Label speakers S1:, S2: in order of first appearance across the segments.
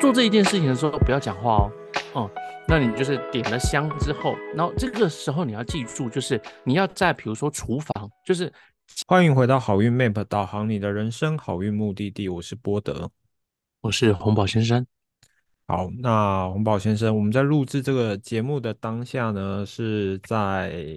S1: 做这一件事情的时候不要讲话哦，哦、嗯，那你就是点了香之后，然后这个时候你要记住，就是你要在比如说厨房，就是
S2: 欢迎回到好运 Map 导航你的人生好运目的地，我是波德，
S1: 我是红宝先生。
S2: 好，那洪宝先生，我们在录制这个节目的当下呢，是在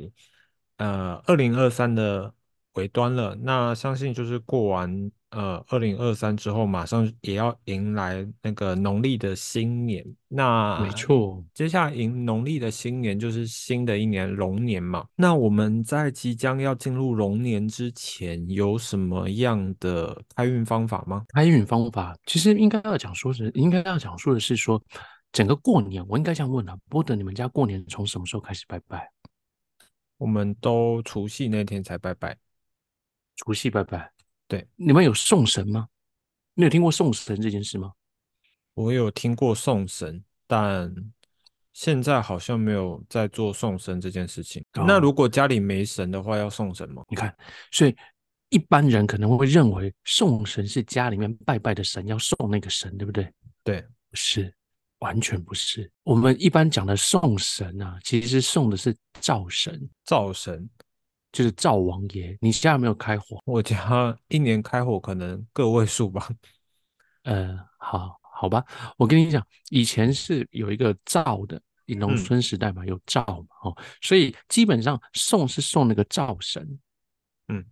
S2: 呃二零二三的尾端了。那相信就是过完呃二零二三之后，马上也要迎来那个农历的新年。那
S1: 没错，
S2: 接下来迎农历的新年就是新的一年龙年嘛。那我们在即将要进入龙年之前，有什么样的开运方法吗？
S1: 开运方法其实应该要讲说是，应该要讲述的是说，整个过年我应该这样问啊，波德，你们家过年从什么时候开始拜拜？
S2: 我们都除夕那天才拜拜。
S1: 除夕拜拜，
S2: 对，
S1: 你们有送神吗？你有听过送神这件事吗？
S2: 我有听过送神，但现在好像没有在做送神这件事情。
S1: 哦
S2: 那如果家里没神的话，要送神吗？
S1: 你看，所以一般人可能会认为送神是家里面拜拜的神，要送那个神，对不对？
S2: 对，
S1: 不是，完全不是。我们一般讲的送神啊，其实送的是灶神，
S2: 灶神，
S1: 就是灶王爷。你家有没有开火？
S2: 我家 一年开火可能个位数吧。
S1: 呃，好好吧，我跟你讲，以前是有一个灶的，以农
S2: 嗯
S1: 村时代嘛，有灶嘛，哦，所以基本上送是送那个灶神，
S2: 嗯，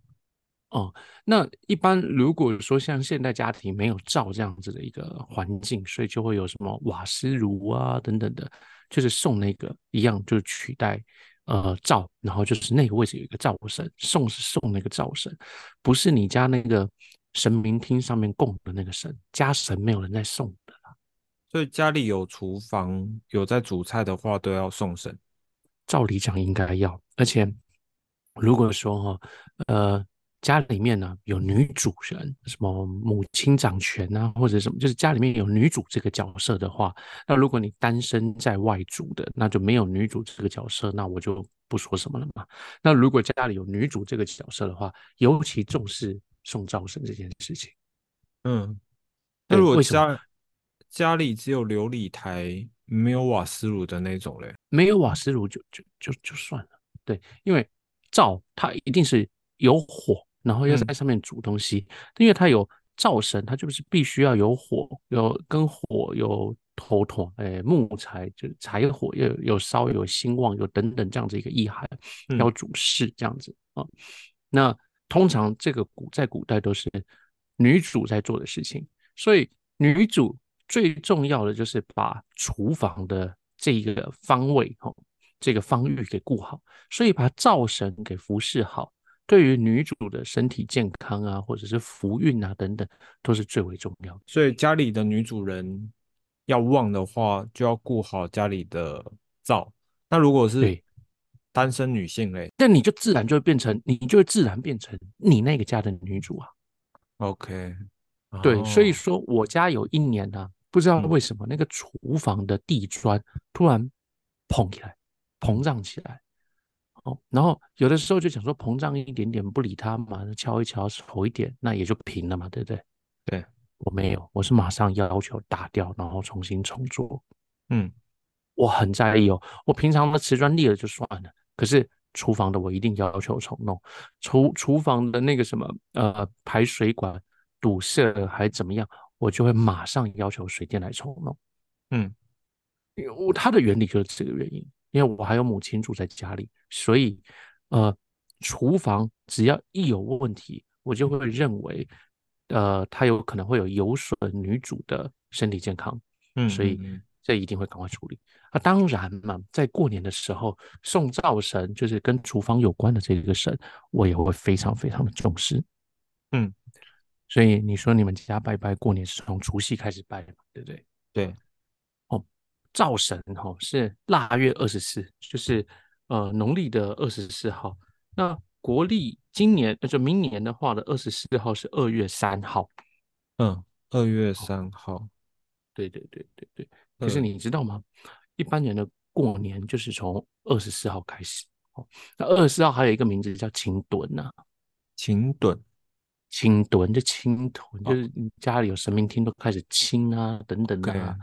S1: 哦，那一般如果说像现代家庭没有灶这样子的一个环境，所以就会有什么瓦斯炉啊等等的，就是送那个一样，就是取代。呃，灶，然后就是那个位置有一个灶神，送是送那个灶神，不是你家那个神明厅上面供的那个神，家神没有人在送的，
S2: 所以家里有厨房有在煮菜的话，都要送神。
S1: 照理讲应该要。而且如果说哈、呃，家里面呢有女主人，什么母亲掌权啊，或者什么，就是家里面有女主这个角色的话，那如果你单身在外族的，那就没有女主这个角色，那我就不说什么了嘛。那如果家里有女主这个角色的话，尤其重视送灶神这件事情。
S2: 嗯，那
S1: 对
S2: 如果
S1: 为什么
S2: 家家里只有琉璃台，没有瓦斯炉的那种嘞？
S1: 没有瓦斯炉就就就就算了，对，因为灶它一定是有火，然后要在
S2: 嗯
S1: 上面煮东西，因为它有灶神，它就是必须要有火，有跟火有头头，哎，木材就是柴火，要有有烧，有兴旺，有等等这样子一个意涵，
S2: 嗯
S1: 要主事这样子啊。那通常这个古在古代都是女主在做的事情，所以女主最重要的就是把厨房的这一个方位哦，这个方域给顾好，所以把灶神给服侍好，对于女主的身体健康啊，或者是福运啊等等，都是最为重要的。
S2: 所以家里的女主人要旺的话，就要顾好家里的灶。那如果是
S1: 对
S2: 单身女性嘞
S1: 那你就自然就会变成，你就会自然变成你那个家的女主啊。
S2: ，OK，
S1: 对，所以
S2: 哦
S1: 说我家有一年呢、不知道
S2: 嗯
S1: 为什么那个厨房的地砖突然膨起来，膨胀起来。哦，然后有的时候就想说膨胀一点点，不理它嘛，敲一敲，瞅一点，那也就平了嘛，对不对？
S2: 对，
S1: 我没有，我是马上要求打掉，然后重新重做。
S2: 嗯，
S1: 我很在意哦。我平常的瓷砖裂了就算了，可是厨房的我一定要求重弄。厨厨房的那个什么呃排水管堵塞了还怎么样，我就会马上要求水电来重弄。
S2: 嗯，
S1: 因为我它的原理就是这个原因，因为我还有母亲住在家里，所以呃厨房只要一有问题，我就会认为呃它有可能会有有损女主的身体健康。
S2: 嗯
S1: 所以
S2: 嗯
S1: 这一定会赶快处理。啊，当然嘛，在过年的时候，送灶神就是跟厨房有关的这个神，我也会非常非常的重视。
S2: 嗯，
S1: 所以你说你们家拜拜过年是从除夕开始拜嘛，对不对？哦
S2: 对，
S1: 灶神哈、哦、是腊月二十四，就是呃农历的二十四号。那国历今年呃就明年的话的二十四号是二月三号。
S2: 嗯，二月三号，
S1: 对对对对对。哦可是
S2: 嗯
S1: 你知道吗？一般人的过年就是从二十四号开始。哦，那二十四号还有一个名字叫秦盾呐、
S2: 停顿，
S1: 清炖，就清豚，就
S2: 哦
S1: 是你家里有神明厅都开始清啊，等等的
S2: ，OK，
S1: 啊，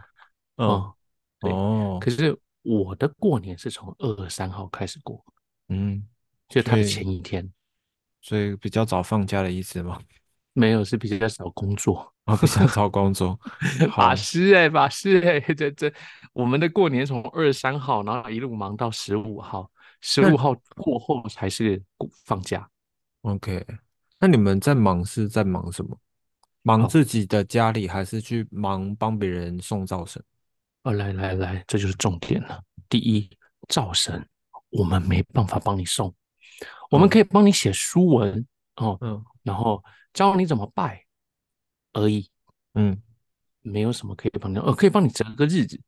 S2: 嗯，
S1: 哦，对。
S2: 哦，
S1: 可是我的过年是从二三号开始过，
S2: 嗯，
S1: 就
S2: 所
S1: 他的
S2: 以
S1: 前一天，
S2: 所以比较早放假的意思 嘛，
S1: 没有是比较少工作。
S2: 啊，比较早工作，
S1: 法
S2: 好，
S1: 师哎、法师哎、这这，我们的过年从二三号，然后一路忙到十五号，十
S2: 那
S1: 五号过后才是过放假。
S2: OK，那你们在忙是在忙什么？忙
S1: 好，
S2: 自己的家里，还是去忙帮别人送灶神？
S1: 哦，来来来，这就是重点了。第一，灶神，我们没办法帮你送，我们
S2: 哦，
S1: 可以帮你写书文哦，
S2: 嗯
S1: 然后教你怎么拜而已。
S2: 嗯
S1: 没有什么可以帮你，呃，可以帮你择个日子，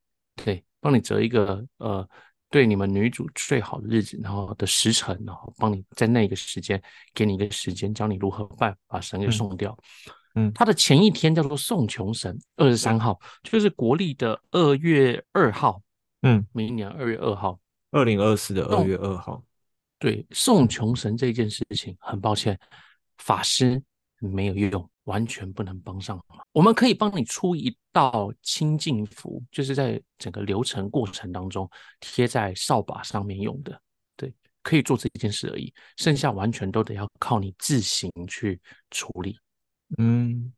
S1: 对，帮你择一个呃，对你们女主最好的日子，然后的时辰，然后帮你在那个时间，给你一个时间，教你如何办把神给
S2: 嗯
S1: 送掉。
S2: 嗯
S1: 它的前一天叫做送穷神，二十三号，就是国历的二月二号，
S2: 嗯，
S1: 明年二月二号。
S2: 二零二四的二
S1: 送
S2: 月二号，
S1: 对，送穷神这件事情，很抱歉，法师没有用，完全不能帮上忙。我们可以帮你出一道清净符，就是在整个流程过程当中贴在扫把上面用的。对，可以做这件事而已，剩下完全都得要靠你自行去处理。
S2: 嗯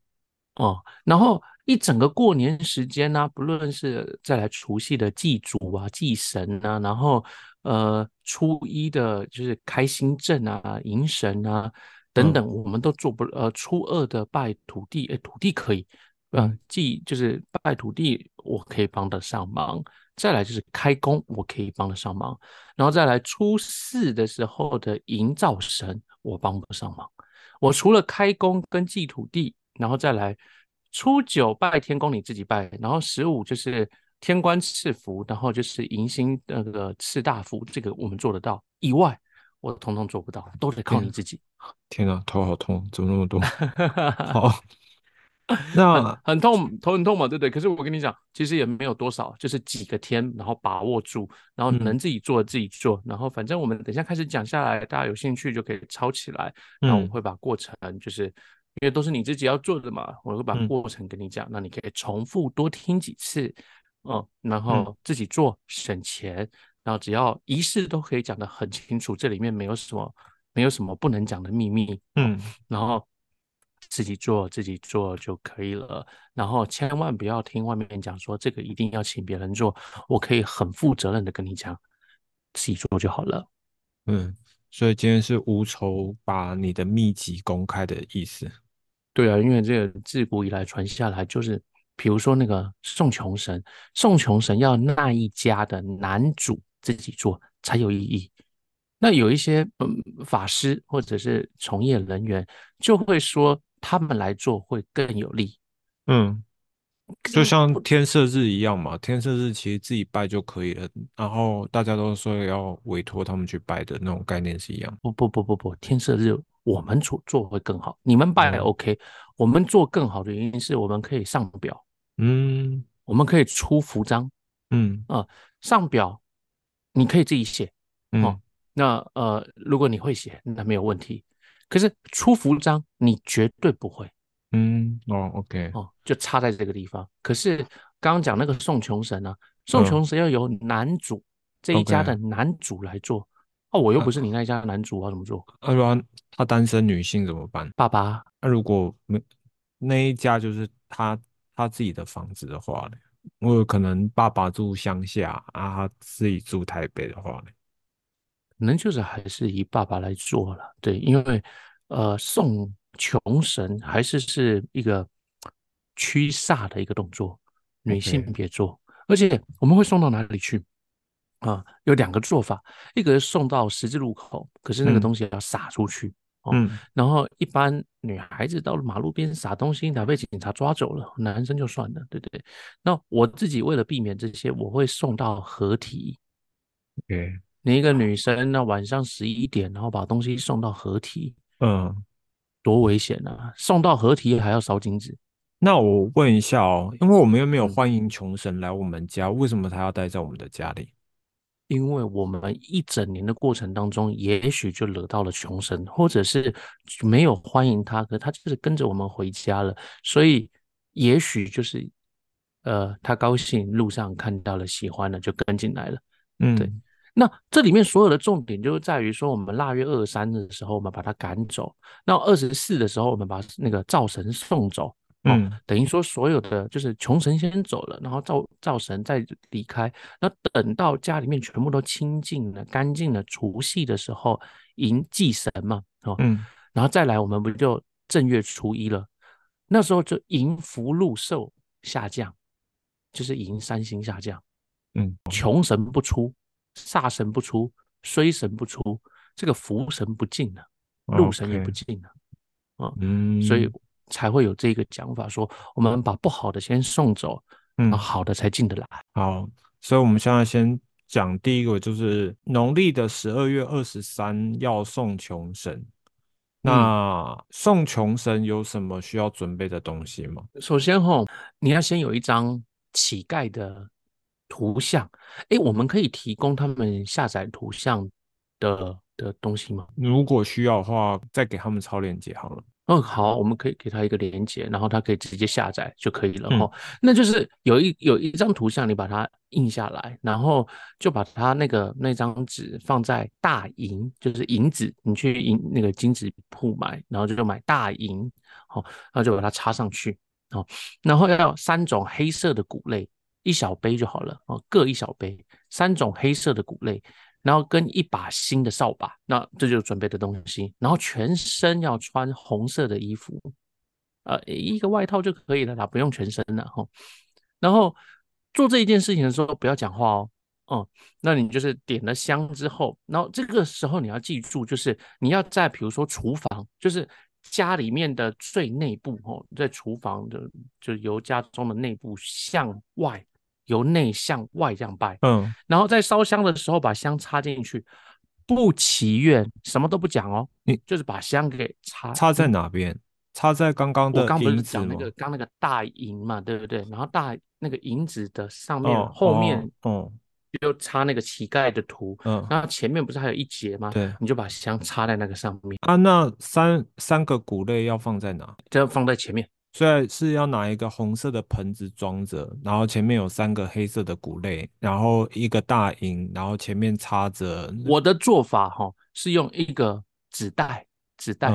S1: 哦，然后一整个过年时间呢、不论是再来除夕的祭祖啊、祭神啊，然后呃初一的就是开新政啊、迎神啊等
S2: 嗯
S1: 等，我们都做不呃初二的拜土地，哎土地可以，呃
S2: 嗯
S1: 祭就是拜土地，我可以帮得上忙。再来就是开工，我可以帮得上忙，然后再来初四的时候的营造神，我帮不上忙。我除了开工跟祭土地，然后再来初九拜天公，你自己拜，然后十五就是天官赐福，然后就是迎新那个赐大福，这个我们做得到，以外我统统做不到，都得靠
S2: 天
S1: 你
S2: 啊
S1: 自己，
S2: 天啊，头好痛，怎么那么多？好， 那
S1: 很很痛，头很痛嘛，对不对？可是我跟你讲，其实也没有多少，就是几个天，然后把握住，然后能
S2: 嗯
S1: 自己做自己做，然后反正我们等一下开始讲下来，大家有兴趣就可以抄起来，那我
S2: 嗯
S1: 会把过程就是因为都是你自己要做的嘛，我会把
S2: 嗯
S1: 过程跟你讲，那你可以重复多听几次，嗯，然
S2: 嗯
S1: 后自己做省钱，然后只要仪式都可以讲得很清楚，这里面没有什么没有什么不能讲的秘密哦，
S2: 嗯
S1: 然后自己做自己做就可以了，然后千万不要听外面讲说这个一定要请别人做，我可以很负责任的跟你讲，自己做就好了。
S2: 嗯，所以今天是无酬把你的秘籍公开的意思。
S1: 对啊，因为这个自古以来传下来，就是比如说那个送穷神，送穷神要那一家的男主自己做才有意义。那有一些嗯法师或者是从业人员就会说，他们来做会更有利。
S2: 嗯。
S1: 可
S2: 就是像
S1: 不
S2: 天赦日一样嘛，天赦日其实自己拜就可以了，然后大家都说要委托他们去拜的那种概念是一样。
S1: 不不不不不，天赦日我们做做会更好，你们拜
S2: 哦，
S1: OK，我们做更好的原因是我们可以上表，
S2: 嗯
S1: 我们可以出服章。
S2: 嗯
S1: 啊、呃上表你可以自己写哦。
S2: 嗯
S1: 那呃，如果你会写，那没有问题。可是出服章你绝对不会
S2: 嗯，哦，OK，
S1: 哦，就差在这个地方。可是刚刚讲那个送穷神呢、送
S2: 嗯
S1: 穷神要由男主这一家
S2: ，OK，
S1: 的男主来做哦，我又
S2: 那
S1: 不是你那一家的男主，我要怎么做？
S2: 那如果他单身女性怎么办？
S1: 爸爸。
S2: 那如果没那一家就是他他自己的房子的话呢？我有可能爸爸住乡下啊，他自己住台北的话呢？
S1: 可能就是还是以爸爸来做了，对，因为呃送穷神还是是一个驱煞的一个动作，女性
S2: OK，
S1: 别做，而且我们会送到哪里去啊？有两个做法，一个是送到十字路口，可是那个
S2: 嗯
S1: 东西要撒出去哦，
S2: 嗯
S1: 然后一般女孩子到了马路边撒东西，哪被警察抓走了，男生就算了，对不对？那我自己为了避免这些，我会送到合体。
S2: ，OK，
S1: 你一个女生，那晚上十一点，然后把东西送到合体，
S2: 嗯。
S1: 多危险啊！送到合体还要烧金纸，
S2: 那我问一下哦，因为我们又没有
S1: 嗯，
S2: 欢迎穷神来我们家，为什么他要待在我们的家里？
S1: 因为我们一整年的过程当中，也许就惹到了穷神，或者是没有欢迎他，可他就是跟着我们回家了，所以也许就是呃，他高兴路上看到了喜欢的就跟进来了。
S2: 嗯，
S1: 对那这里面所有的重点就是在于说，我们腊月二三的时候，我们把他赶走；那二十四的时候，我们把那个灶神送走。哦
S2: 嗯
S1: 等于说所有的就是穷神先走了，然后灶灶神再离开，那等到家里面全部都清净了、干净了，除夕的时候迎祭神嘛，哦，
S2: 嗯
S1: 然后再来我们不就正月初一了？那时候就迎福禄寿下降，就是迎三星下降，
S2: 嗯，
S1: 穷神不出，煞神不出，衰神不出，这个福神不进了，禄神也
S2: 哦 OK
S1: 不啊进了。
S2: 嗯，
S1: 所以才会有这个讲法说，我们把不好的先送走，
S2: 嗯
S1: 啊，好的才进得来。
S2: 好，所以我们现在先讲第一个，就是农历的十二月二十三要送穷
S1: 嗯
S2: 神。那送穷神有什么需要准备的东西吗？
S1: 首先哈，你要先有一张乞丐的图像，诶，我们可以提供他们下载图像的的东西吗？
S2: 如果需要的话，再给他们超链接好了。
S1: 哦，好，我们可以给他一个连接，然后他可以直接下载就可以了
S2: 嗯
S1: 哈、那就是有一有一张图像，你把它印下来，然后就把它那个那张纸放在大银，就是银纸，你去银那个金纸铺买，然后就买大银，好、然后就把它插上去，好、然后要三种黑色的谷类，一小杯就好了哦，各一小杯，三种黑色的谷类，然后跟一把新的扫把，那这就是准备的东西。然后全身要穿红色的衣服，呃，一个外套就可以了啦，不用全身了哈。然后做这一件事情的时候，不要讲话哦。哦、那你就是点了香之后，然后这个时候你要记住，就是你要在比如说厨房，就是家里面的最内部哦，在厨房的就由家中的内部向外，由内向外这样拜。
S2: 嗯
S1: 然后在烧香的时候把香插进去，不祈愿，什么都不讲哦，
S2: 你
S1: 就是把香给插。
S2: 插在哪边？插在刚刚
S1: 嗯我
S2: 的
S1: 刚不
S2: 银
S1: 是
S2: 子
S1: 讲那
S2: 吗？
S1: 个刚那个大银嘛，对不对？然后大那个银子的上面、
S2: 哦
S1: 后面
S2: 哦
S1: 就插那个乞丐的图，
S2: 哦嗯
S1: 然后前面不是还有一节吗？
S2: 对
S1: 你就把香插在那个上面，
S2: 啊，那三三个谷类要放在哪？
S1: 就放在前面。
S2: 所以是要拿一个红色的盆子装着，然后前面有三个黑色的谷类，然后一个大银，然后前面插着
S1: 我的做法哈、是用一个纸袋，纸袋，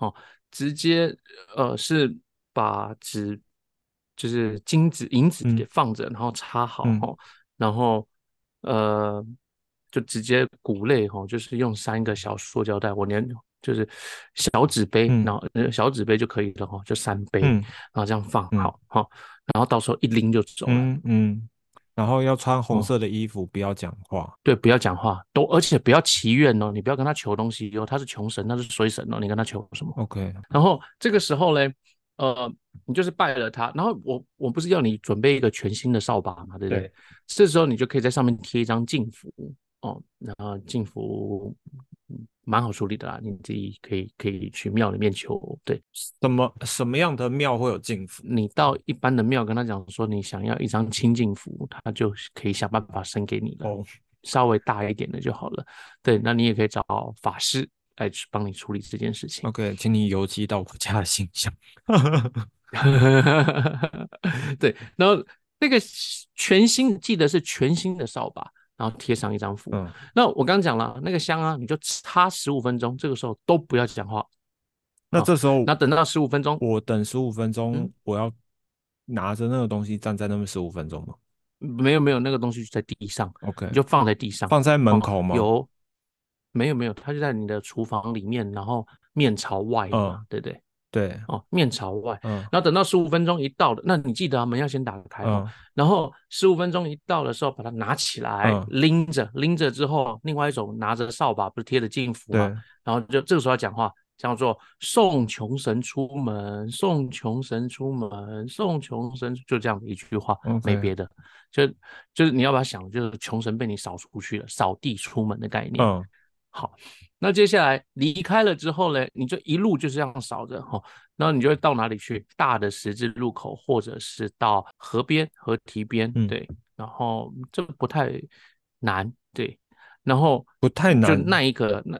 S2: 嗯
S1: 直接呃是把纸就是金纸银纸
S2: 嗯
S1: 给放着，然后插好
S2: 嗯
S1: 哦，然后呃就直接谷类哈，就是用三个小塑胶袋，我连就是小纸杯，
S2: 嗯
S1: 然后呃小纸杯就可以了哈，就三杯，然
S2: 嗯
S1: 后这样放
S2: 嗯
S1: 好哈，然后到时候一拎就走了，
S2: 嗯嗯，然后要穿红
S1: 哦
S2: 色的衣服，不要讲话。
S1: 对，不要讲话，都而且不要祈愿哦，你不要跟他求东西哦，他是穷神，他是水神哦，你跟他求什么？
S2: OK，
S1: 然后这个时候嘞，呃，你就是拜了他，然后我我不是要你准备一个全新的扫把嘛，对不对？
S2: 对
S1: 这时候你就可以在上面贴一张净符哦，然后净符嗯蛮好处理的啦，你自己可以可以去庙里面求。对
S2: 什么什么样的庙会有净福？
S1: 你到一般的庙跟他讲说你想要一张清净符，他就可以想办法生给你了，
S2: 哦，
S1: 稍微大一点的就好了。对，那你也可以找法师来去帮你处理这件事情。
S2: OK，请你邮寄到我家的信 箱。
S1: 对，然后那个全新记得是全新的扫把，然后贴上一张符。
S2: 嗯
S1: 那我刚讲了，那个香啊，你就插十五分钟，这个时候都不要讲话。
S2: 那
S1: 好
S2: 这时候
S1: 哦那等到15分钟
S2: 我等十五分钟
S1: 嗯，
S2: 我要拿着那个东西站在那边十五分钟吗
S1: 没有没有，那个东西就在地上，
S2: ？OK，
S1: 你就放在地上。
S2: 放在门口吗？
S1: 有没有没有，它就在你的厨房里面，然后面朝外嘛，
S2: 嗯
S1: 对不对？
S2: 对，
S1: 哦，面朝外。
S2: 嗯
S1: 然后等到十五分钟一到了，那你记得啊，门要先打开哦。
S2: 嗯
S1: 然后十五分钟一到的时候，把它拿起来，
S2: 嗯
S1: 拎着，拎着之后，啊另外一种拿着扫把，不是贴着净符吗？
S2: 对，
S1: 然后就这个时候要讲话，叫做送穷神出门，送穷神出门，送穷神，就这样的一句话
S2: OK
S1: 没别的，就就是你要把它想，就是穷神被你扫出去了，扫地出门的概念。
S2: 嗯
S1: 好，那接下来离开了之后呢，你就一路就这样扫着哈、哦，然后你就会到哪里去？大的十字路口，或者是到河边、河堤边，
S2: 嗯
S1: 对。然后这不太难，对，然后
S2: 不太
S1: 就
S2: 难，
S1: 那一个那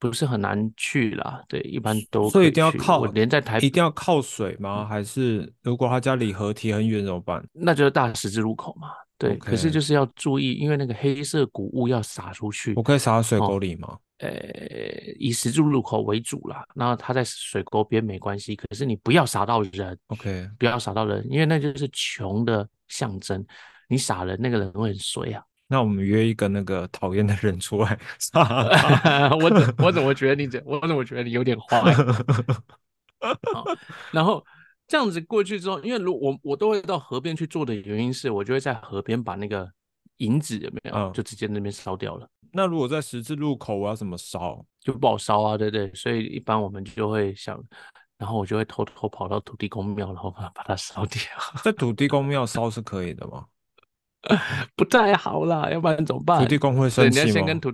S1: 不是很难去啦，对，一般都
S2: 所以
S1: 可以
S2: 一定要
S1: 去。我
S2: 靠，
S1: 连在台
S2: 一
S1: 北，
S2: 定要靠水
S1: 嗯
S2: 吗？还是如果他家离合体很远怎么办
S1: 那就是大十字路口嘛，对，可是
S2: ？OK，
S1: 就是要注意，因为那个黑色谷物要撒出去，
S2: 我可以撒到水
S1: 哦。
S2: 沟里吗？
S1: 呃，以十字路口为主啦，然后它在水沟边没关系，可是你不要撒到人，
S2: OK，
S1: 不要撒到人，因为那就是穷的象征。你撒人，那个人会很衰啊。
S2: 那我们约一个那个讨厌的人出来杀他。
S1: 我怎我怎么觉得你这，我怎么觉得你有点坏？好， 然后这样子过去之后，因为如我我都会到河边去做的原因是，我就会在河边把那个银子有没有
S2: 嗯，
S1: 就直接那边烧掉了，
S2: 那如果在十字路口，我要怎么烧？
S1: 就不好烧啊，对不对？所以一般我们就会想，然后我就会偷偷跑到土地公庙，然后把把它烧掉，
S2: 在土地公庙烧是可以的吗？
S1: 不太好啦，要不然怎么
S2: 土
S1: 办？
S2: 地公会
S1: 啊对，
S2: 生
S1: 你要
S2: 气
S1: 先跟
S2: 吗？
S1: 土，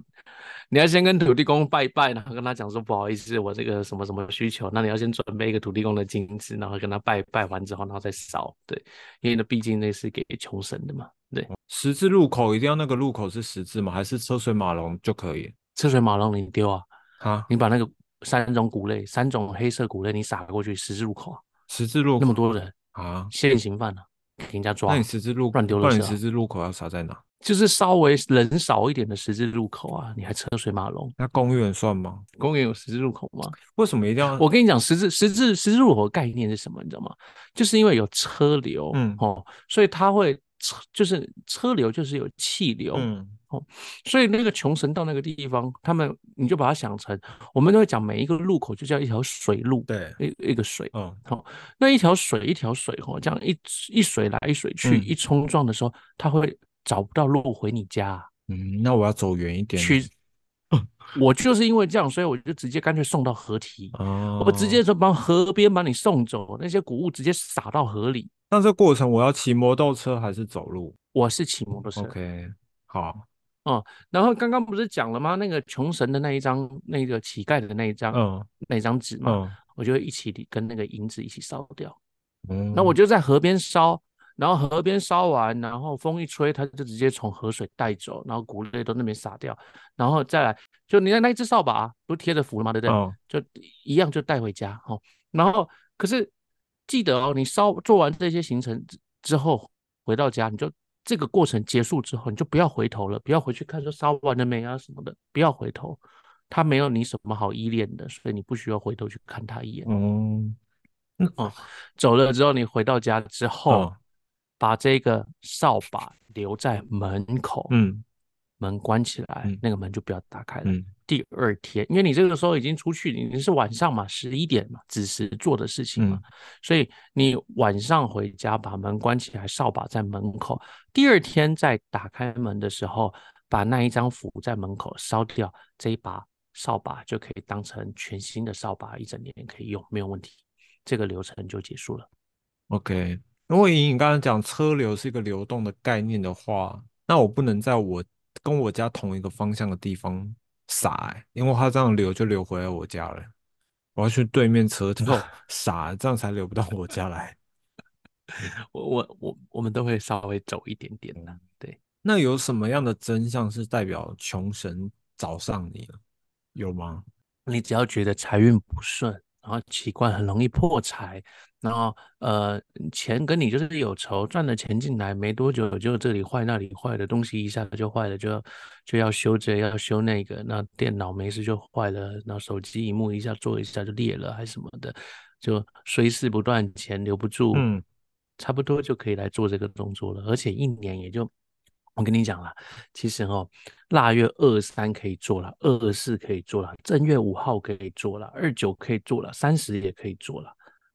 S1: 你要先跟土地公拜一拜，然后跟他讲说不好意思，我这个什么什么需求，那你要先准备一个土地公的金子，然后跟他拜一拜完之后，然后再烧，对，因为那毕竟那是给穷神的嘛，对。
S2: 十字路口一定要那个路口是十字吗？还是车水马龙就可以？
S1: 车水马龙你丢啊，
S2: 啊，
S1: 你把那个三种谷类、三种黑色谷类你撒过去，十字路口啊，
S2: 十字路
S1: 那么
S2: 口
S1: 多人，
S2: 啊，
S1: 现行犯啊，给人家抓
S2: 那你
S1: 啊，
S2: 十字路，
S1: 不然丢
S2: 不
S1: 垃
S2: 然你
S1: 圾
S2: 十
S1: 啊，
S2: 字路口要撒在哪？
S1: 就是稍微人少一点的十字路口啊，你还车水马龙，
S2: 那公园算吗？
S1: 公园有十字路口吗？
S2: 为什么一定要？
S1: 我跟你讲，十字十字十字路口的概念是什么？你知道吗？就是因为有车流
S2: 嗯
S1: 哦，所以它会车就是车流就是有气流
S2: 嗯
S1: 哦，所以那个穷神到那个地方，他们你就把它想成，我们都会讲每一个路口就叫一条水路，
S2: 对，
S1: 一一个水
S2: 嗯
S1: 哦，那一条水一条水哦，这样一一水来一水去，
S2: 嗯
S1: 一冲撞的时候，它会找不到路回你家啊，
S2: 嗯，那我要走远一点呢。
S1: 去我就是因为这样，所以我就直接干脆送到河堤，我直
S2: 哦，
S1: 接就帮河边把你送走，那些谷物直接撒到河里。
S2: 那这过程我要骑摩托车还是走路
S1: 我是骑摩托车，
S2: ？OK，好，
S1: 哦、然后刚刚不是讲了吗？那个穷神的那一张，那个乞丐的那一张，
S2: 嗯
S1: 那一张纸嘛，
S2: 嗯
S1: 我就会一起跟那个银纸一起烧掉。那我
S2: 嗯，
S1: 就在河边烧，然后河边烧完，然后风一吹，它就直接从河水带走，然后谷类都那边撒掉，然后再来，就你的那一只扫把啊不是贴着符了吗？对不对？
S2: 哦，
S1: 就一样就带回家哦。然后可是记得哦，你烧做完这些行程之之后回到家，你就这个过程结束之后，你就不要回头了，不要回去看说烧完了没啊什么的，不要回头，它没有你什么好依恋的，所以你不需要回头去看它一眼。
S2: 嗯，嗯
S1: 哦，走了之后，你回到家之后，
S2: 哦，
S1: 把这个扫把留在门口，
S2: 嗯
S1: 门关起来，
S2: 嗯
S1: 那个门就不要打开了。
S2: 嗯
S1: 第二天，因为你这个时候已经出去，你是晚上嘛，十一点嘛，子时做的事情嘛，
S2: 嗯，
S1: 所以你晚上回家把门关起来，扫把在门口。第二天再打开门的时候，把那一张符在门口烧掉，这一把扫把就可以当成全新的扫把，一整年可以用，没有问题。这个流程就结束了。
S2: OK，如果以你刚刚讲车流是一个流动的概念的话，那我不能在我跟我家同一个方向的地方撒、欸，因为它这样流就流回来我家了。我要去对面 车道撒，这样才流不到我家来。
S1: 我我我我们都会稍微走一点点啦，
S2: 嗯
S1: 对，
S2: 那有什么样的真相是代表穷神找上你了？有吗？
S1: 你只要觉得财运不顺，然后奇怪很容易破财，然后呃钱跟你就是有仇，赚了钱进来没多久就这里坏那里坏的东西一下子就坏了，就就要修这要修那个，那电脑没事就坏了，然后手机荧幕一下做一下就裂了还什么的，就衰事不断，钱留不住，
S2: 嗯
S1: 差不多就可以来做这个动作了，而且一年也就。我跟你讲啦，其实哦，腊月二三可以做了，二四可以做了，正月五号可以做了，二九可以做了，三十也可以做了。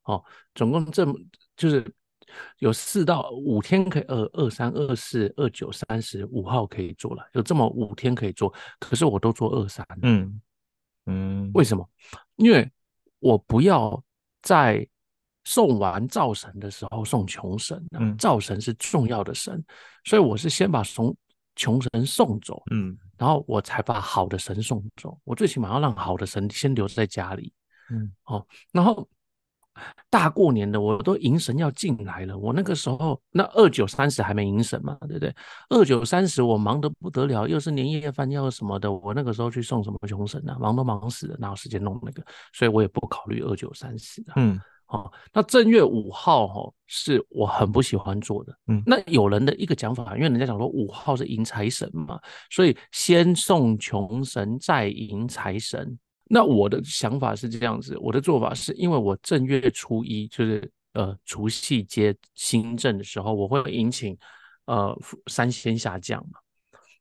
S1: 哦，总共这么就是有四到五天可以，呃，二三、二四、二九、三十、五号可以做了，有这么五天可以做。可是我都做二三了，
S2: 嗯嗯
S1: 为什么？因为我不要在送完灶神的时候送穷神啊，
S2: 嗯
S1: 灶神是重要的神，所以我是先把从穷神送走，
S2: 嗯
S1: 然后我才把好的神送走。我最起码要让好的神先留在家里
S2: 嗯
S1: 哦。然后大过年的，我都迎神要进来了。我那个时候，那二九三十还没迎神嘛，对不对？二九三十我忙得不得了，又是年夜饭，又是什么的。我那个时候去送什么穷神啊，忙都忙死了，哪有时间弄那个？所以我也不考虑二九三十啊。
S2: 嗯
S1: 哦，那正月五号哦，是我很不喜欢做的。
S2: 嗯
S1: 那有人的一个讲法，因为人家讲说五号是迎财神嘛，所以先送穷神，再迎财神。那我的想法是这样子，我的做法是因为我正月初一就是呃除夕接新政的时候，我会迎请呃三仙下降嘛。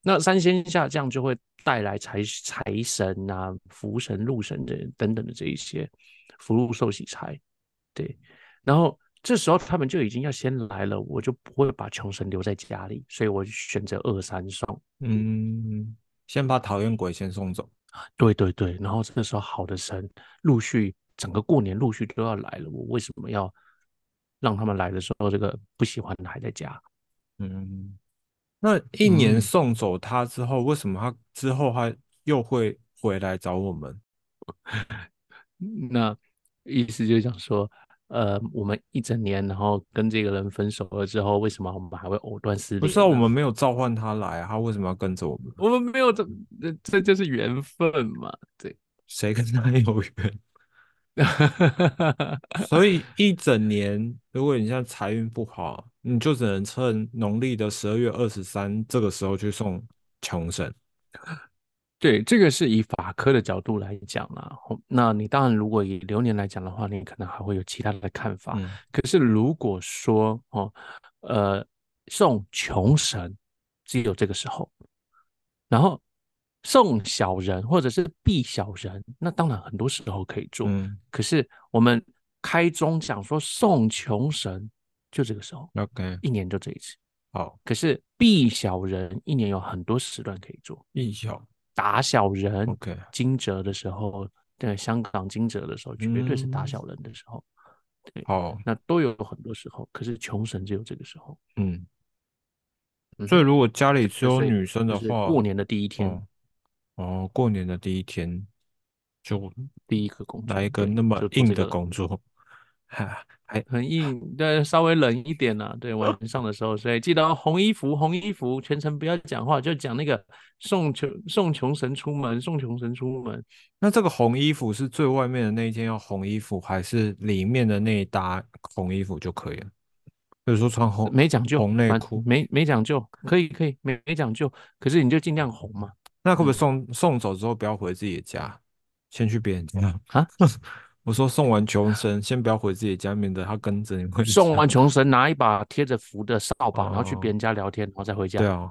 S1: 那三仙下降就会带来财财神啊、福神、禄神这等等的这一些福禄寿喜财，对。然后这时候他们就已经要先来了，我就不会把穷神留在家里，所以我选择二三送。
S2: 嗯，先把讨厌鬼先送走。
S1: 对对对，然后这个时候好的神陆续整个过年陆续都要来了，我为什么要让他们来的时候这个不喜欢的还在家？
S2: 嗯，那一年
S1: 嗯
S2: 送走他之后，为什么他之后他又会回来找我们？
S1: 嗯那意思就是想说，呃，我们一整年，然后跟这个人分手了之后，为什么我们还会藕断丝连呢？
S2: 不是啊，我们没有召唤他来啊，他为什么要跟着我们？
S1: 我们没有这，这这就是缘分嘛， 对。
S2: 谁跟他有缘？ 所以一整年，如果你现在财运不好，你就只能趁农历的十二月二十三这个时候去送穷神。
S1: 对，这个是以法科的角度来讲啦。吼那你当然，如果以流年来讲的话，你可能还会有其他的看法。
S2: 嗯
S1: 可是如果说哦，呃，送穷神只有这个时候，然后送小人或者是避小人，那当然很多时候可以做。
S2: 嗯
S1: 可是我们开宗讲说送穷神，就这个时候，
S2: ，OK，
S1: 一年就这一次。
S2: 好，
S1: 可是避小人一年有很多时段可以做，
S2: 意向
S1: 打小人，
S2: OK，
S1: 惊蛰的时候，对香港惊蛰的时候，绝对是打
S2: 嗯
S1: 小人的时候。对，
S2: 好，
S1: 那都有很多时候，可是穷神只有这个时候。
S2: 嗯，
S1: 嗯
S2: 所以如果家里只有
S1: 所以
S2: 女生的
S1: 就是
S2: 话，
S1: 过年的第一天，
S2: 哦哦，过年的第一天就
S1: 第一个工作
S2: 来一个
S1: 对
S2: 那么
S1: 就做
S2: 硬
S1: 这
S2: 的
S1: 个
S2: 工作， 哈，还
S1: 很硬，对，稍微冷一点啦、对，晚上的时候，所以记得、哦、红衣服，红衣服，全程不要讲话，就讲那个送穷送穷神出门，送穷神出门。
S2: 那这个红衣服是最外面的那一件要红衣服，还是里面的那一搭红衣服就可以了？比如说穿红
S1: 没讲究，
S2: 红内
S1: 蛮
S2: 裤，
S1: 没没讲究，可以可以，没没讲究，可是你就尽量红嘛。
S2: 那可不可
S1: 嗯
S2: 以送送走之后不要回自己的家，先去别人家
S1: 啊？
S2: 我说送完穷神，先不要回自己家，免得他跟着你回家。
S1: 送完穷神，拿一把贴着符的扫把，然后去
S2: 哦
S1: 别人家聊天，然后再回家。
S2: 对啊，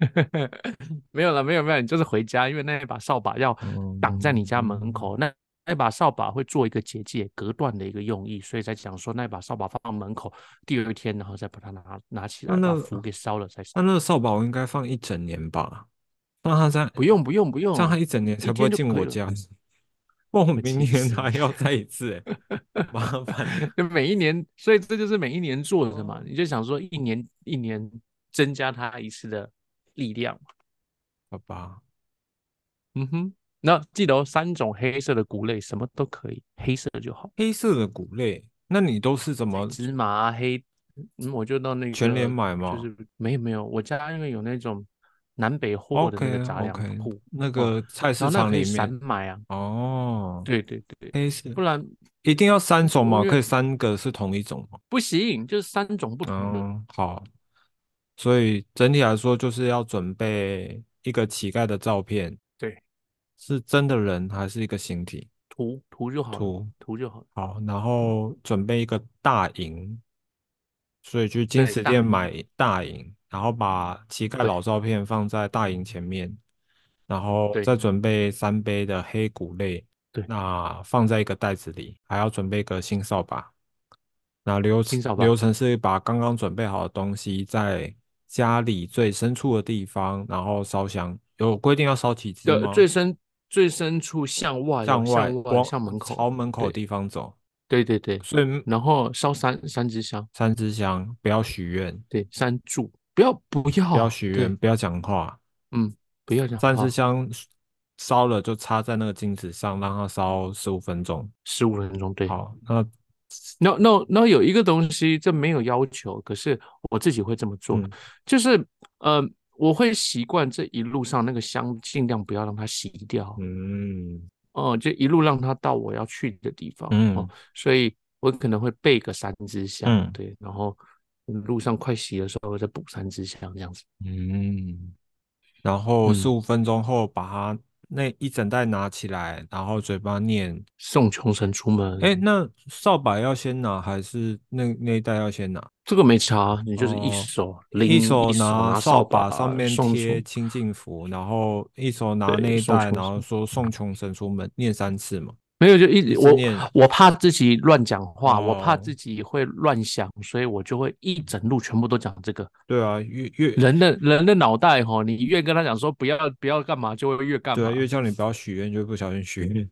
S1: 没有了，没有没有，你就是回家，因为那一把扫把要
S2: 嗯
S1: 挡在你家门口，那那把扫把会做一个结界隔断的一个用意，所以才讲说那把扫把放门口，第二天然后再把它拿拿起来，
S2: 那
S1: 把
S2: 那
S1: 符给烧了再
S2: 那
S1: 烧。
S2: 那个扫把我应该放一整年吧？让他在，
S1: 不用不用不用
S2: 这，样他一整年才
S1: 一
S2: 不会
S1: 天就
S2: 进
S1: 可
S2: 我
S1: 以了。
S2: 家。 哇，我明
S1: 气
S2: 年
S1: 死
S2: 还要再一次、 欸，麻烦。
S1: 就每一年，所以这就是每一年做的嘛
S2: 哦，
S1: 你就想说一年一年增加它一次的力量嘛。
S2: 好吧，
S1: 嗯哼，那记得哦，三种黑色的谷类什么都可以，黑色就好。
S2: 黑色的谷类，那你都是怎么
S1: 芝麻啊黑，嗯，我就到那
S2: 全联
S1: 个
S2: 买
S1: 就
S2: 吗
S1: 是没有没有，我家因为有那种南北货的那个
S2: ？OK
S1: 杂粮
S2: OK，
S1: 铺，
S2: 那
S1: 哦，
S2: 个菜市
S1: 然后那
S2: 场
S1: 可以
S2: 里
S1: 散
S2: 面
S1: 买啊，
S2: 哦，
S1: 对对对，
S2: 黑色
S1: 不然
S2: 一定要三种
S1: 我
S2: 吗？
S1: 因
S2: 可
S1: 为
S2: 以三个是同一种吗？
S1: 不行，就是三种不同的，
S2: 嗯，好。所以整体来说，就是要准备一个乞丐的照片，
S1: 对，
S2: 是真的人还是一个形体
S1: 涂涂就好了，
S2: 图？
S1: 涂就好了，
S2: 好，然后准备一个大银，所以去金
S1: 对，
S2: 石
S1: 大
S2: 店
S1: 银，
S2: 买大银，然后把乞丐老
S1: 对
S2: 照片放在大银前面，然后
S1: 对
S2: 再准备三杯的黑谷类，
S1: 对，
S2: 那放在一个袋子里，还要准备一个新扫把。那流
S1: 清扫吧，
S2: 流程是把刚刚准备好的东西在家里最深处的地方，然后烧香。有规定要烧几支
S1: 的
S2: 吗？
S1: 最深最深处向外哦，
S2: 向外
S1: 向外
S2: 往
S1: 向门口，
S2: 朝门口的
S1: 对
S2: 地方走，
S1: 对对对，
S2: 所以
S1: 然后烧三三支香，
S2: 三支香，不要许愿，
S1: 对，三柱，不要不
S2: 不要
S1: 要，
S2: 许愿，
S1: 哦对，
S2: 不要讲话。
S1: 嗯，不要讲
S2: 三支
S1: 话。
S2: 香烧了就插在那个金子上，让它烧十五分钟。
S1: 十五分钟，对。
S2: 好，那
S1: 那那那有一个东西，这没有要求，可是我自己会这么做，
S2: 嗯
S1: 就是呃，我会习惯这一路上那个香尽量不要让它熄掉，
S2: 嗯
S1: 哦、就一路让它到我要去的地方，
S2: 嗯
S1: 哦，所以我可能会备个三支香，
S2: 嗯
S1: 对，然后路上快熄的时候我再补三支香，这样子。
S2: 嗯，然后
S1: 嗯
S2: 十五分钟后把它那一整袋拿起来，然后嘴巴念。
S1: 送穷神出门，
S2: 哎，那扫把要先拿还是那那一袋要先拿？
S1: 这个没差，啊你就是一
S2: 哦
S1: 手拎，
S2: 一手
S1: 拿
S2: 扫
S1: 把
S2: 上面
S1: 送出
S2: 贴清净符，然后一手拿
S1: 对
S2: 那一
S1: 送
S2: 袋，
S1: 穷
S2: 然后
S1: 神
S2: 说送穷神出门，念三次嘛。
S1: 没有，就一直
S2: 思
S1: 我
S2: 念
S1: 我怕自己乱讲话，我怕
S2: 哦
S1: 自己会乱想，所以我就会一整路全部都讲这个。
S2: 对啊，越越
S1: 人的人的脑袋哈，你越跟他讲说不要不要干嘛，就会越干
S2: 对
S1: 嘛
S2: 啊，。越叫你不要许愿，就会不小心许 愿。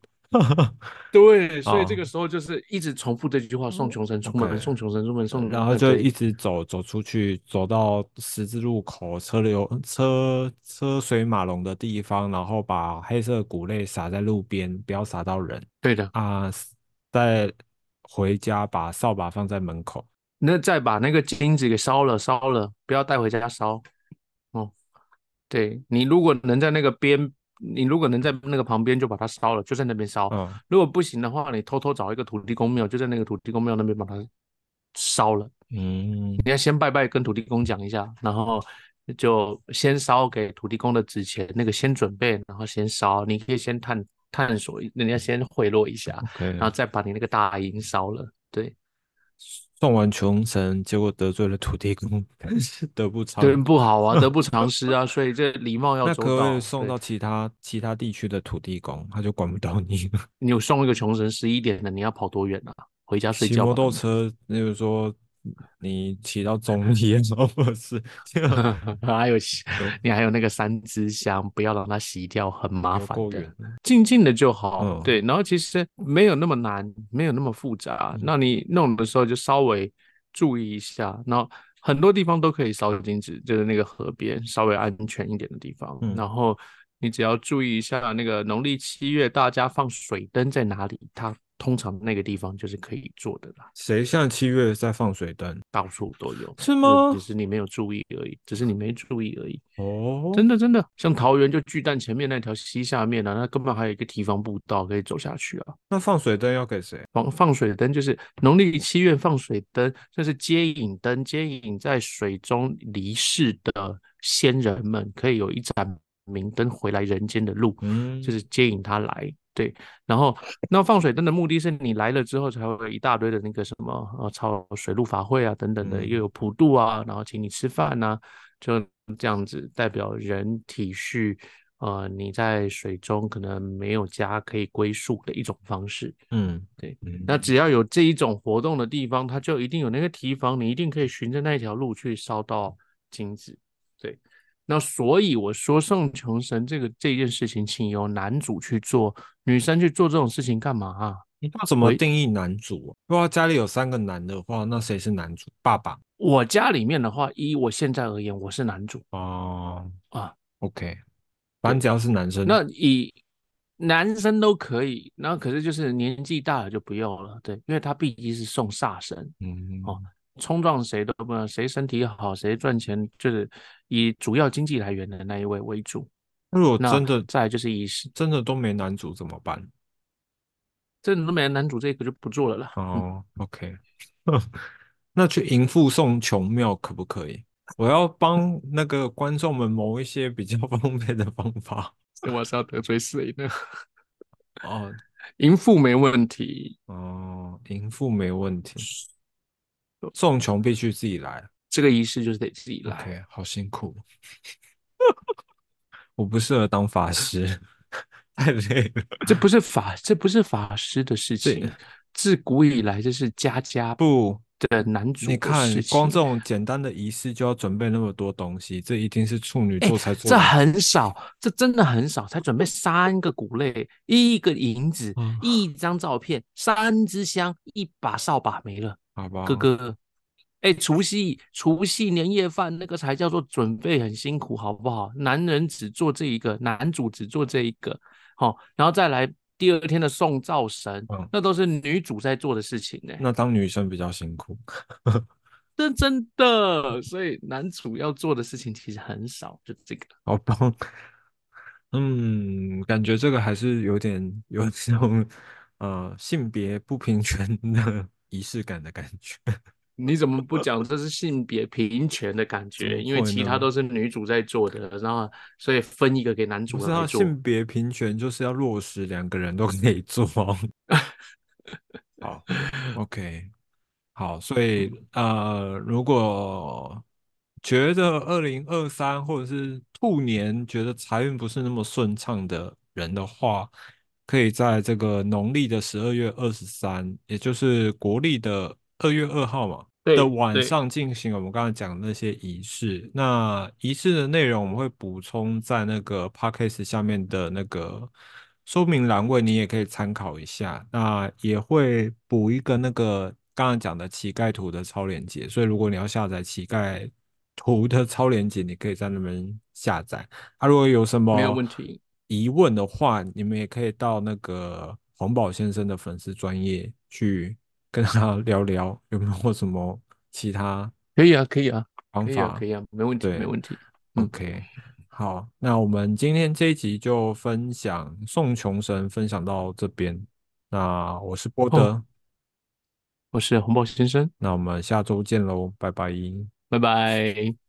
S1: 对，所以
S2: 哦
S1: 这个时候就是一直重复这句话：送穷神出
S2: OK
S1: 门，送穷神出门，送。
S2: 然后
S1: 呃
S2: 就
S1: 对
S2: 一直走走出去，走到十字路口车流车车水马龙的地方，然后把黑色谷类撒在路边，不要撒到人
S1: 对的，
S2: 啊。再回家把扫把放在门口。
S1: 那再把那个金子给烧了，烧了，不要带回家烧。哦，对你如果能在那个边，你如果能在那个旁边就把它烧了，就在那边烧。
S2: 嗯，
S1: 如果不行的话，你偷偷找一个土地公庙，就在那个土地公庙那边把它烧了。
S2: 嗯，
S1: 你要先拜拜，跟土地公讲一下，然后就先烧给土地公的纸钱，那个先准备，然后先烧。你可以先探探索，人家先贿赂一下，
S2: OK，
S1: 然后再把你那个大银烧了。对，
S2: 送完穷神，结果得罪了土地公，但是得不偿
S1: 对，
S2: 失。
S1: 不好 啊，得不偿失啊，所以这礼貌要
S2: 那
S1: 周
S2: 可不可
S1: 到
S2: 以。送
S1: 对
S2: 到其他其他地区的土地公，他就管不到你了。
S1: 你有送一个穷神十一点的，你要跑多远啊？回家睡
S2: 骑
S1: 觉
S2: 摩
S1: 吧。
S2: 托车，例如说你骑到中立，然后或 者是这样
S1: 还有洗，你还有那个三支香，不要让它洗掉，很麻
S2: 有
S1: 烦
S2: 够
S1: 的
S2: 远。。
S1: 静静的就好，
S2: 嗯
S1: 对。然后其实没有那么难，没有那么复
S2: 嗯
S1: 杂。那你弄的时候就稍微注意一下。然后很多地方都可以烧金纸，就是那个河边稍微安全一点的地方。
S2: 嗯
S1: 然后你只要注意一下那个农历七月大家放水灯在哪里，它通常那个地方就是可以做的啦，
S2: 谁像七月在放水灯？
S1: 到处都有。
S2: 是
S1: 就
S2: 吗
S1: 只？是你没有注意而已，只是你没注意而已。
S2: 哦，
S1: 真的真的，像桃园就巨蛋前面那条溪下面啊，那根本还有一个提防步道可以走下去啊。
S2: 那放水灯要给谁？
S1: 放放水灯就是农历七月放水灯，这是接引灯，接引在水中离世的先人们可以有一盏明灯回来人间的路，
S2: 嗯，
S1: 就是接引他来。对，然后那放水灯的目的是你来了之后才会有一大堆的那个什么呃，超水陆法会啊等等的，
S2: 嗯
S1: 又有普渡啊，然后请你吃饭呐、就这样子代表人体恤。呃，你在水中可能没有家可以归宿的一种方式。
S2: 嗯，
S1: 对
S2: 嗯，
S1: 那只要有这一种活动的地方，它就一定有那个提防，你一定可以循着那一条路去烧到金子。对，那所以我说送穷神这个这件事情，请由男主去做，女生去做这种事情干嘛啊？
S2: 那怎么定义男主啊？如果家里有三个男的话，那谁是男主？爸爸。
S1: 我家里面的话，以我现在而言，我是男主
S2: 哦
S1: 啊。
S2: ，OK，反正只要是男生，
S1: 那以男生都可以，那可是就是年纪大了就不用了，对，因为他毕竟是送煞神，
S2: 嗯，
S1: 哦冲撞谁都不能，谁身体好，谁赚钱，就是以主要经济来源的那一位为主。
S2: 那如果
S1: 那
S2: 真的
S1: 再来就是以是
S2: 真的都没男主怎么办？
S1: 这东北男主这个就不做了啦。嗯，
S2: 哦，OK，那去迎父送穷庙可不可以？我要帮那个观众们谋一些比较 方便的方法。
S1: 我是要得罪谁呢？
S2: 哦
S1: 淫妇没问题，
S2: 哦，迎父没问题，送穷必须自己来。
S1: 这个仪式就是得自己来。
S2: OK，好辛苦， 我不适合当法师， 太累了。
S1: 这不是法，这不是法师的事
S2: 对
S1: 情。自古以来，这是家家
S2: 不，
S1: 的男主
S2: 你
S1: 的
S2: 看
S1: 事，情。
S2: 光这种简单的仪式就要准备那么多东西，这一定是处女座才做
S1: 哎这
S2: 得
S1: 很少，这真的很少，才准备三个谷类，一个银子，
S2: 嗯
S1: 一张照片，三支香，一把扫把没了，
S2: 好吧？
S1: 哥哥。哎，除夕除夕年夜饭那个才叫做准备很辛苦，好不好？男人只做这一个，男主只做这一个，好、然后再来第二天的送灶神
S2: 嗯，
S1: 那都是女主在做的事情呢、
S2: 那当女生比较辛苦，
S1: 这真的，所以男主要做的事情其实很少，就这个。
S2: 好棒。 嗯，感觉这个还是有点有这种呃性别不平权的仪式感的感觉。
S1: 你怎么不讲这是性别平权的感觉？
S2: 么
S1: 因为
S2: 会
S1: 其
S2: 呢
S1: 他都是女主在做的，然后所以分一个给男主
S2: 不是
S1: 来
S2: 啊，
S1: 做。
S2: 性别平权就是要落实两个人都可以 做。好，OK，好，所以呃，如果觉得二零二三或者是兔年觉得财运不是那么顺畅的人的话，可以在这个农历的十二月二十三，也就是国历的二月二号嘛，
S1: 对
S2: 的晚
S1: 对
S2: 上进行我们刚才讲的那些仪式。那仪式的内容我们会补充在那个 podcast 下面的那个说明栏位，你也可以参考一下。那也会补一个那个刚才讲的乞丐图的超链接，所以如果你要下载乞丐图的超链接，你可以在那边下载。啊，如果有什么
S1: 没有问题
S2: 疑问的话，你们也可以到那个洪宝先生的粉丝专业去跟他 聊聊，有没有什么其他
S1: 可以啊，可以啊，
S2: 方
S1: 可以啊，
S2: 法
S1: 可以啊，没问题，
S2: 对
S1: 没问题。嗯
S2: ？OK，好，那我们今天这一集就分享宋穷神，分享到这边。那我是波
S1: 哦
S2: 德，
S1: 我是红豹先生，
S2: 那我们下周见喽，拜拜。
S1: 拜拜。